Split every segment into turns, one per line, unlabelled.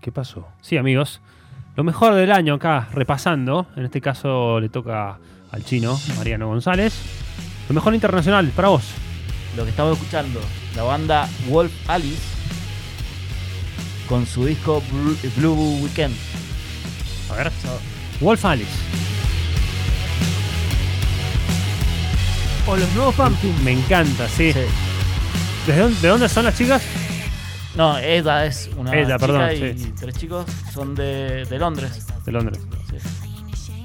¿Qué pasó?
Sí, amigos. Lo mejor del año acá, repasando. En este caso le toca al chino, Mariano González. Lo mejor internacional, para vos.
Lo que estamos escuchando, la banda Wolf Alice con su disco Bru- Blue Weekend.
A ver. Wolf Alice. Oh,
O los nuevos Pumpkin.
Me encanta, sí.
Sí.
¿Desde dónde- ¿De dónde son las chicas?
No, ella es una
Ella,
chica
perdón,
y
sí.
tres chicos son de, de Londres.
De Londres.
Sí.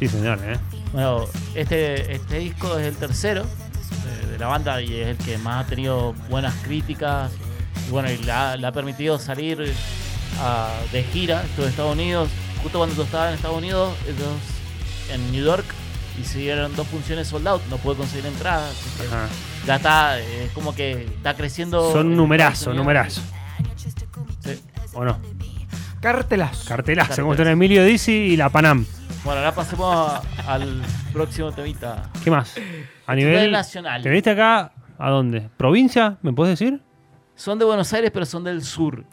Sí, señor, ¿eh?
Bueno, este, este disco es el tercero eh, de, la banda y es el que más ha tenido buenas críticas. Y bueno, y la- le ha permitido salir eh, a- de gira estuvo en Estados Unidos. Justo cuando yo estaba en Estados Unidos, ellos en New York hicieron dos funciones sold out. No pude conseguir entradas. así que
Ajá.
Ya está, eh, es como que está creciendo.
Son
en
numerazo,
Estados Unidos.
numerazo.
Sí.
¿O no?
Cartelas.
Cartelazo,
Cartelazo.
como están Emilio Dizzy y la Panam.
Bueno, ahora pasemos a- al próximo temita.
¿Qué más? A nivel.
Nivel nacional.
¿Te viniste acá? ¿A dónde? ¿Provincia? ¿Me puedes decir?
Son de Buenos Aires, pero son del sur.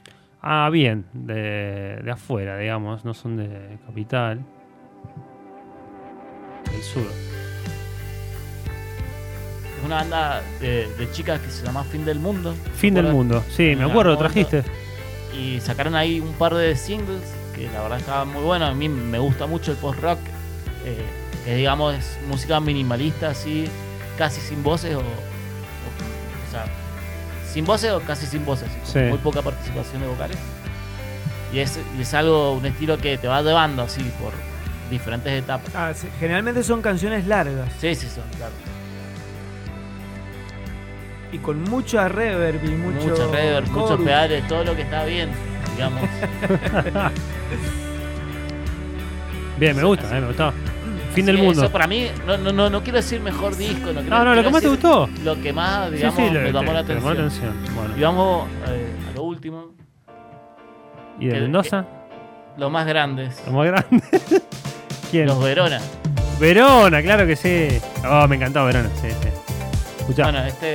Ah, bien. De, de afuera, digamos. No son de capital. Del sur.
Es una banda de, de chicas que se llama Fin del Mundo.
Fin del
Hola.
mundo. Sí, me
Hola,
acuerdo,
hola.
trajiste.
Y sacaron ahí un par de singles que la verdad estaban muy buenos. A mí me gusta mucho el post-rock, eh, que digamos es música minimalista, así, casi sin voces o. o, o sea, sin voces o casi sin voces, así, con
Sí.
muy poca participación de vocales. Y es, y es algo, un estilo que te va llevando así por diferentes etapas.
Ah, sí, generalmente son canciones largas
Sí, sí, son, claro.
y con mucha reverb y mucho.
Mucho, reverb, muchos
chorus.
pedales, todo lo que está bien, digamos.
Bien, me gusta, eh, me gustaba. Fin del
Sí,
mundo.
Eso para mí, no, no, no, no quiero decir mejor disco. No, quiero-
No, no, lo
quiero
que más te
decir
gustó.
Lo que más, digamos,
lo-
me llamó la
te- te
atención.
atención.
Y
Bueno.
vamos eh, a lo último,
¿Y de
que-
Mendoza?
eh, los más grandes,
Lo más grande. ¿Quién?
los Verona.
Verona, claro que sí. Oh, me encantó Verona, sí, sí. Escuchá,
Bueno, este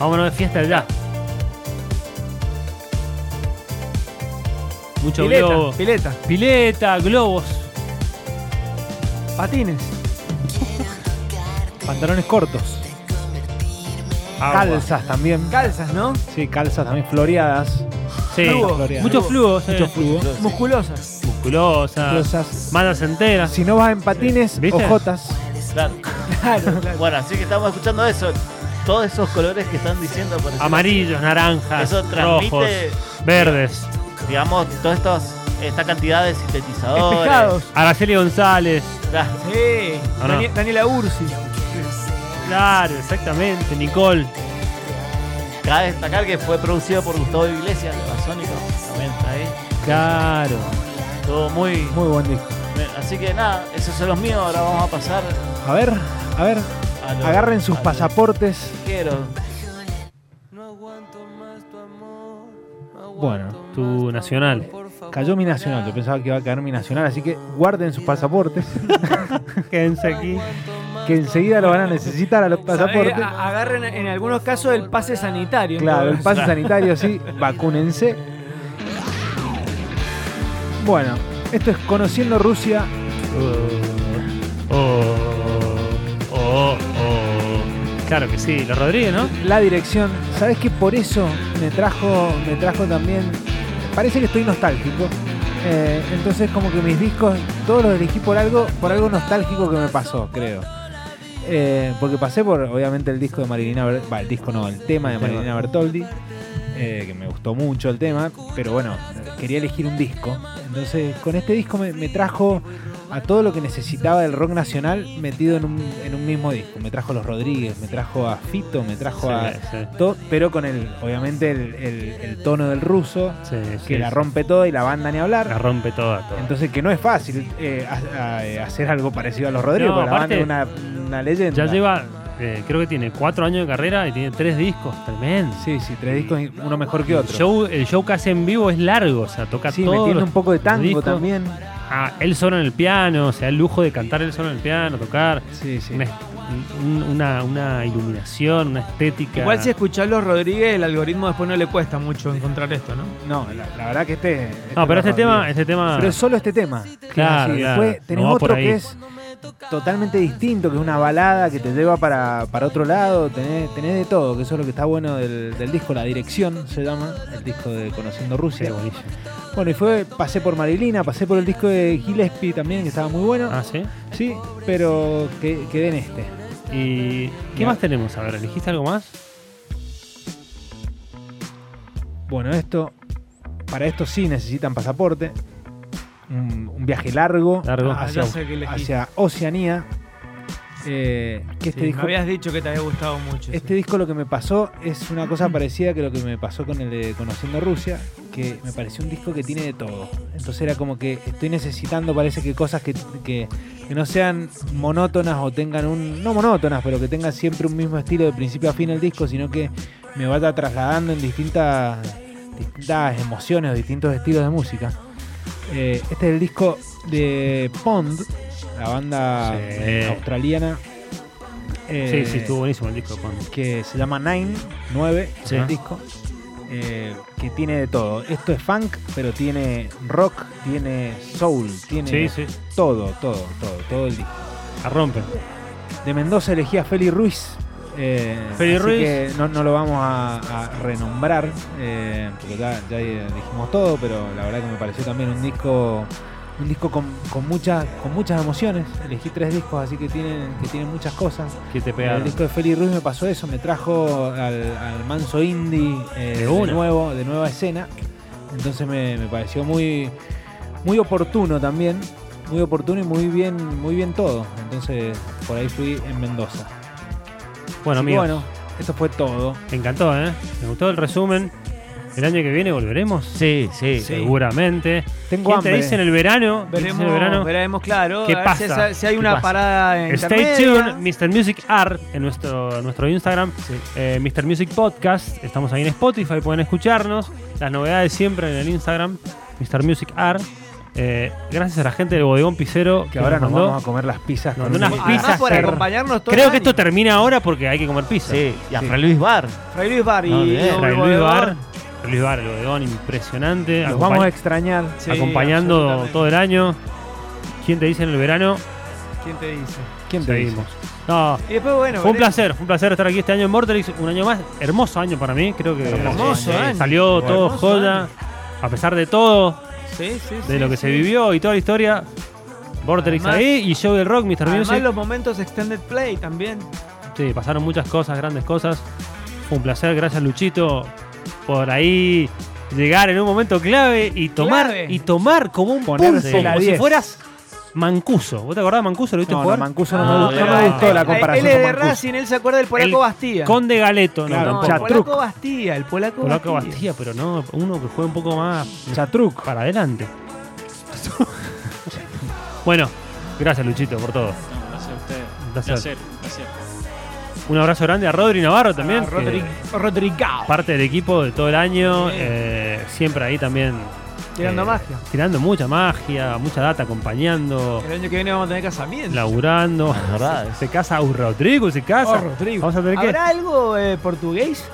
vámonos de fiesta ya. Mucho globo.
Pileta, pileta,
Pileta, globos,
patines,
Pantalones cortos.
agua.
Calzas también.
calzas, ¿no?
Sí, calzas también floreadas.
Sí.
Fluo.
Floreadas.
Muchos flujos, eh.
Muchos flujos.
Musculosas.
musculosas,
Calzas.
manos enteras.
Si no vas en patines,
¿Viste?
ojotas.
claro.
Claro, claro.
Bueno, así que estamos escuchando eso. Todos esos colores que están diciendo. por decirlo
Amarillos, naranjas,
Eso
rojos,
transmite-
verdes.
así, Digamos, todos estos, esta cantidad de sintetizadores.
Espejados.
Araceli González.
Claro.
Sí.
Ah, no.
Dani- Daniela Ursi.
Claro, exactamente. Nicole.
Cabe destacar que fue producido por Gustavo Iglesias, de Basónico. También está ahí.
Claro.
Todo muy.
Muy buen disco.
Así que nada, esos son los míos. Ahora vamos a pasar
A ver, a ver.
a los.
Agarren sus
a los
pasaportes.
disqueros.
Bueno,
Tu nacional.
cayó mi nacional. Yo pensaba que iba a caer mi nacional, así que guarden sus pasaportes.
Quédense aquí.
que enseguida lo van a necesitar a los pasaportes.
¿Sabés? A- Agarren en algunos casos el pase sanitario.
Claro, el
entonces.
pase sanitario, sí, vacúnense. Bueno, esto es Conociendo Rusia.
Oh, oh, oh. Claro que sí, los Rodríguez, ¿no?
La dirección, ¿sabes que por eso me trajo, me trajo también? Parece que estoy nostálgico. Eh, entonces como que mis discos, todos los elegí por algo, por algo nostálgico que me pasó, creo. Eh, porque pasé por, obviamente, el disco de Marilina Ber- va, el disco no, el tema de
El tema.
Marilina Bertoldi, eh, que me gustó mucho el tema, pero bueno, quería elegir un disco. Entonces, con este disco me, me trajo a todo lo que necesitaba del rock nacional metido en un, en un mismo disco. Me trajo a los Rodríguez, me trajo a Fito, me trajo a to- pero con el, obviamente, el, el- el tono del ruso,
Sí, sí, sí,
que la
sí.
rompe toda y la banda ni
La
hablar.
rompe toda, toda.
Entonces, que no es fácil eh, ha- a- eh, hacer algo parecido a los Rodríguez,
No,
porque la banda
aparte,
es una, una
ya
leyenda.
lleva, eh, creo que tiene cuatro años de carrera y tiene tres discos, tremendo.
Sí, sí, tres discos, uno mejor que
El
otro.
show, el show que hace en vivo es largo, o sea, toca
sí,
todo.
metiendo un poco de tango
discos.
también.
Ah, él solo en el piano, o sea, el lujo de cantar él solo en el piano, tocar.
Sí, sí.
Una, un- una, una iluminación, una estética.
Igual
este
si escuchás los Rodríguez, el algoritmo después no le cuesta mucho encontrar esto, ¿no?
No, la, la verdad que este.
No, pero este
Rodríguez.
tema, este tema.
Pero es solo este tema.
Claro,
Sí,
claro.
Después tenés
No va por
otro
ahí.
que es totalmente distinto, que es una balada que te lleva para, para otro lado. Tenés, tenés de todo, que eso es lo que está bueno del, del disco. La dirección se llama, el disco de Conociendo
Sí,
Rusia.
buenísimo.
Bueno, y fue, pasé por Marilina, pasé por el disco de Gillespie también, que estaba muy bueno.
Ah, sí.
Sí, pero que, quedé en este.
¿Y qué
Ya.
más tenemos? A ver, ¿elegiste algo más?
Bueno, esto. Para esto sí necesitan pasaporte. Un, un viaje largo,
Largo.
Ah,
hacia,
ya sé que elegí.
hacia Oceanía. Eh, que este
Sí,
disco
me habías dicho que te había gustado mucho.
Este disco lo que me pasó es una
Mm.
cosa parecida que lo que me pasó con el de Conociendo Rusia, que me pareció un disco que tiene de todo. Entonces era como que estoy necesitando, parece que cosas que, que- que no sean monótonas o tengan un. No monótonas, pero que tengan siempre un mismo estilo de principio a fin el disco, sino que me vaya trasladando en distintas, distintas emociones o distintos estilos de música. Eh, este es el disco de Pond, la banda
Sí.
australiana. Eh,
sí, sí, estuvo buenísimo el disco. Juan.
que se llama Nine, 9,
Sí.
el disco, eh, que tiene de todo. Esto es funk, pero tiene rock, tiene soul, tiene
Sí, sí,
todo, todo, todo, todo el disco.
la rompen.
De Mendoza elegí a Feli Ruiz. eh,
Feli
así
Ruiz.
que no, no lo vamos a, a renombrar, eh, porque ya, ya dijimos todo, pero la verdad que me pareció también un disco un disco con, con muchas con muchas emociones. Elegí tres discos, así que tienen, que tienen muchas cosas.
Que te
El
pegaron.
disco de Feli Ruiz me pasó eso, me trajo al, al manso indie eh, de,
una.
nuevo, de nueva escena. Entonces me, me pareció muy, muy oportuno también, muy oportuno y muy bien, muy bien todo. Entonces por ahí fui en Mendoza.
Bueno,
Así que
amigos,
bueno, esto fue todo.
me encantó, ¿eh? Me gustó el resumen. El año que viene volveremos.
Sí, sí.
Seguramente.
Tengo
¿Quién te
hambre.
dice en el verano? ¿Quién te dice
veremos,
en el verano?
veremos, claro.
¿Qué
a ver si
pasa?
esa- Si, hay
¿Qué
una
pasa?
parada en
Stay tuned, Mr. Music Art, en nuestro, nuestro Instagram, eh, Mr. Music Podcast. Estamos ahí en Spotify, pueden escucharnos. Las novedades siempre en el Instagram, Mr. Music Art. Eh, gracias a la gente del Bodegón Picero
Que ahora nos
mandó.
vamos a comer las pizzas
Nos
con
mandó
un-
unas
Además,
pizzas
por
cerra-
acompañarnos todo
Creo
el
que esto
año.
termina ahora porque hay que comer pizza.
Sí, y a Fray Luis Bar.
Fray Luis Bar y
No, bien.
Doble
Fray Luis
Bodegón.
Bar, Fray Luis Bar, el Bodegón, impresionante.
Nos
Acompañ-
vamos a extrañar.
Sí,
acompañando
absolutamente.
todo el año. ¿Quién te dice en el verano?
¿Quién te dice?
¿Quién te dice?
Seguimos. No,
Y después, bueno,
Fue un
veremos.
placer, fue un placer estar aquí este año en Mortalix, un año más, hermoso año para mí, creo que
Hermoso
eh,
año.
salió
Igual.
todo
Hermoso
joya,
año.
a pesar de todo,
Sí, sí,
de
sí,
lo que
sí.
se vivió y toda la historia, Vorterix
Además-
ahí y Show del Rock, Mr.
Además,
Music,
los momentos extended play también.
sí, pasaron muchas cosas, grandes cosas, fue un placer, gracias Luchito por ahí llegar en un momento clave y tomar,
Clave.
y tomar como un
Ponerse
pulpo,
la
como si
10.
fueras Mancuso, ¿vos te acordás de Mancuso? ¿Lo viste
No, no,
jugar?
Mancuso no,
Ah, No,
me, gustó- no
pero-
me gustó la
Él-
comparación.
Él es
con
de
Mancuso.
Rasting, él se acuerda del
El
polaco Bastía.
Conde Galeto, no,
Claro,
tampoco.
el
Chatruc.
polaco Bastía, el polaco,
Polaco
Bastía.
Bastía, pero no, uno que juegue un poco más
Chatruc.
para adelante. bueno, gracias Luchito por todo.
No, gracias a ustedes.
Un
Un
placer.
placer, un placer.
Un abrazo grande a Rodri Navarro también.
Ah,
que
Rodri- Rodrigao.
parte del equipo de todo el año.
Sí.
eh, siempre ahí también.
Tirando
eh,
magia.
Tirando mucha magia, mucha data, acompañando,
El año que viene vamos a tener casamiento.
laburando.
Es verdad,
Se casa un Rodrigo, se casa.
Oh, Rodrigo.
Vamos a tener que.
¿Habrá algo eh, portugués?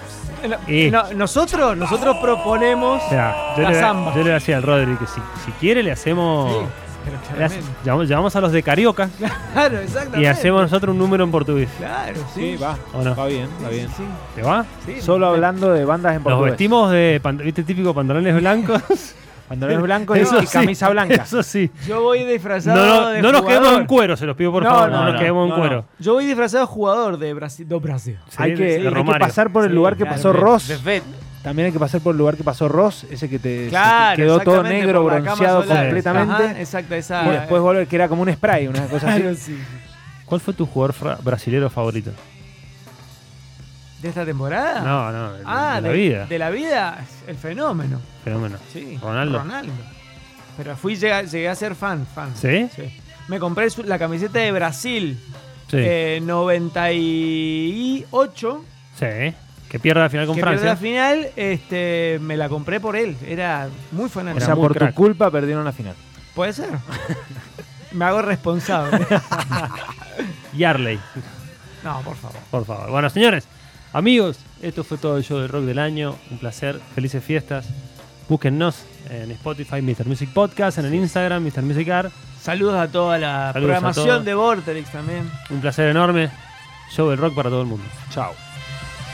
Eh, no-
Y-
no, nosotros, nosotros proponemos.
Mira, yo,
La
le,
samba.
yo le decía al Rodri que si, si quiere le hacemos.
Sí, pero
le hace-
claramente.
llamamos, llamamos a los de Carioca
Claro, exactamente.
y hacemos nosotros un número en portugués.
Claro,
Sí,
sí.
va.
¿O no?
Va bien, va bien.
sí,
¿Te va?
sí.
Solo hablando de bandas en
Nos
portugués.
vestimos de pant- ¿viste, típico pantalones blancos.
Pantalones blancos y- y
sí.
camisa blanca.
Eso sí.
Yo voy
No,
disfrazado
no,
de
no nos
jugador.
quedemos en cuero, se los pido por
No,
favor.
no,
No, nos
no,
quedemos
No,
en
no.
cuero.
Yo voy disfrazado de jugador de Brasil. Do Brasil.
Sí,
Hay, que,
de
hay que
Romario.
pasar por el
Sí,
lugar que
claro,
pasó
de-
Ross.
De Fed.
También hay que pasar por el lugar que pasó Ross, ese que te se te
Claro,
quedó todo
exactamente,
negro,
por la cama
bronceado
solar.
completamente.
Ajá, exacto, esa.
Y después volver, que era como un spray, una cosa
Claro,
así.
sí.
¿Cuál fue tu jugador fra- brasilero favorito?
¿De esta temporada?
No, no, de,
Ah,
de la vida.
De la vida, el fenómeno.
Fenómeno.
Sí.
Ronaldo.
Pero fui, llegué, llegué a ser fan, fan.
¿Sí? Sí.
Sí. Me compré su- la camiseta de Brasil, eh, 98,
Sí. Que pierda la final con
que pierde
Francia.
la final, este, me la compré por él. Era muy
O
fanático.
sea,
muy
por tu
crack.
culpa perdieron la final.
Puede ser. me hago responsable.
y Arley.
No, por favor.
Por favor. Bueno, señores, amigos, esto fue todo el show del rock del año. Un placer, felices fiestas. Búsquennos en Spotify, Mr. Music Podcast, en el Instagram, Mr. Music Art.
Saludos a toda
Saludos
la
a
programación
todos.
de Vortex también.
Un placer enorme. Show del rock para todo el mundo.
Chao.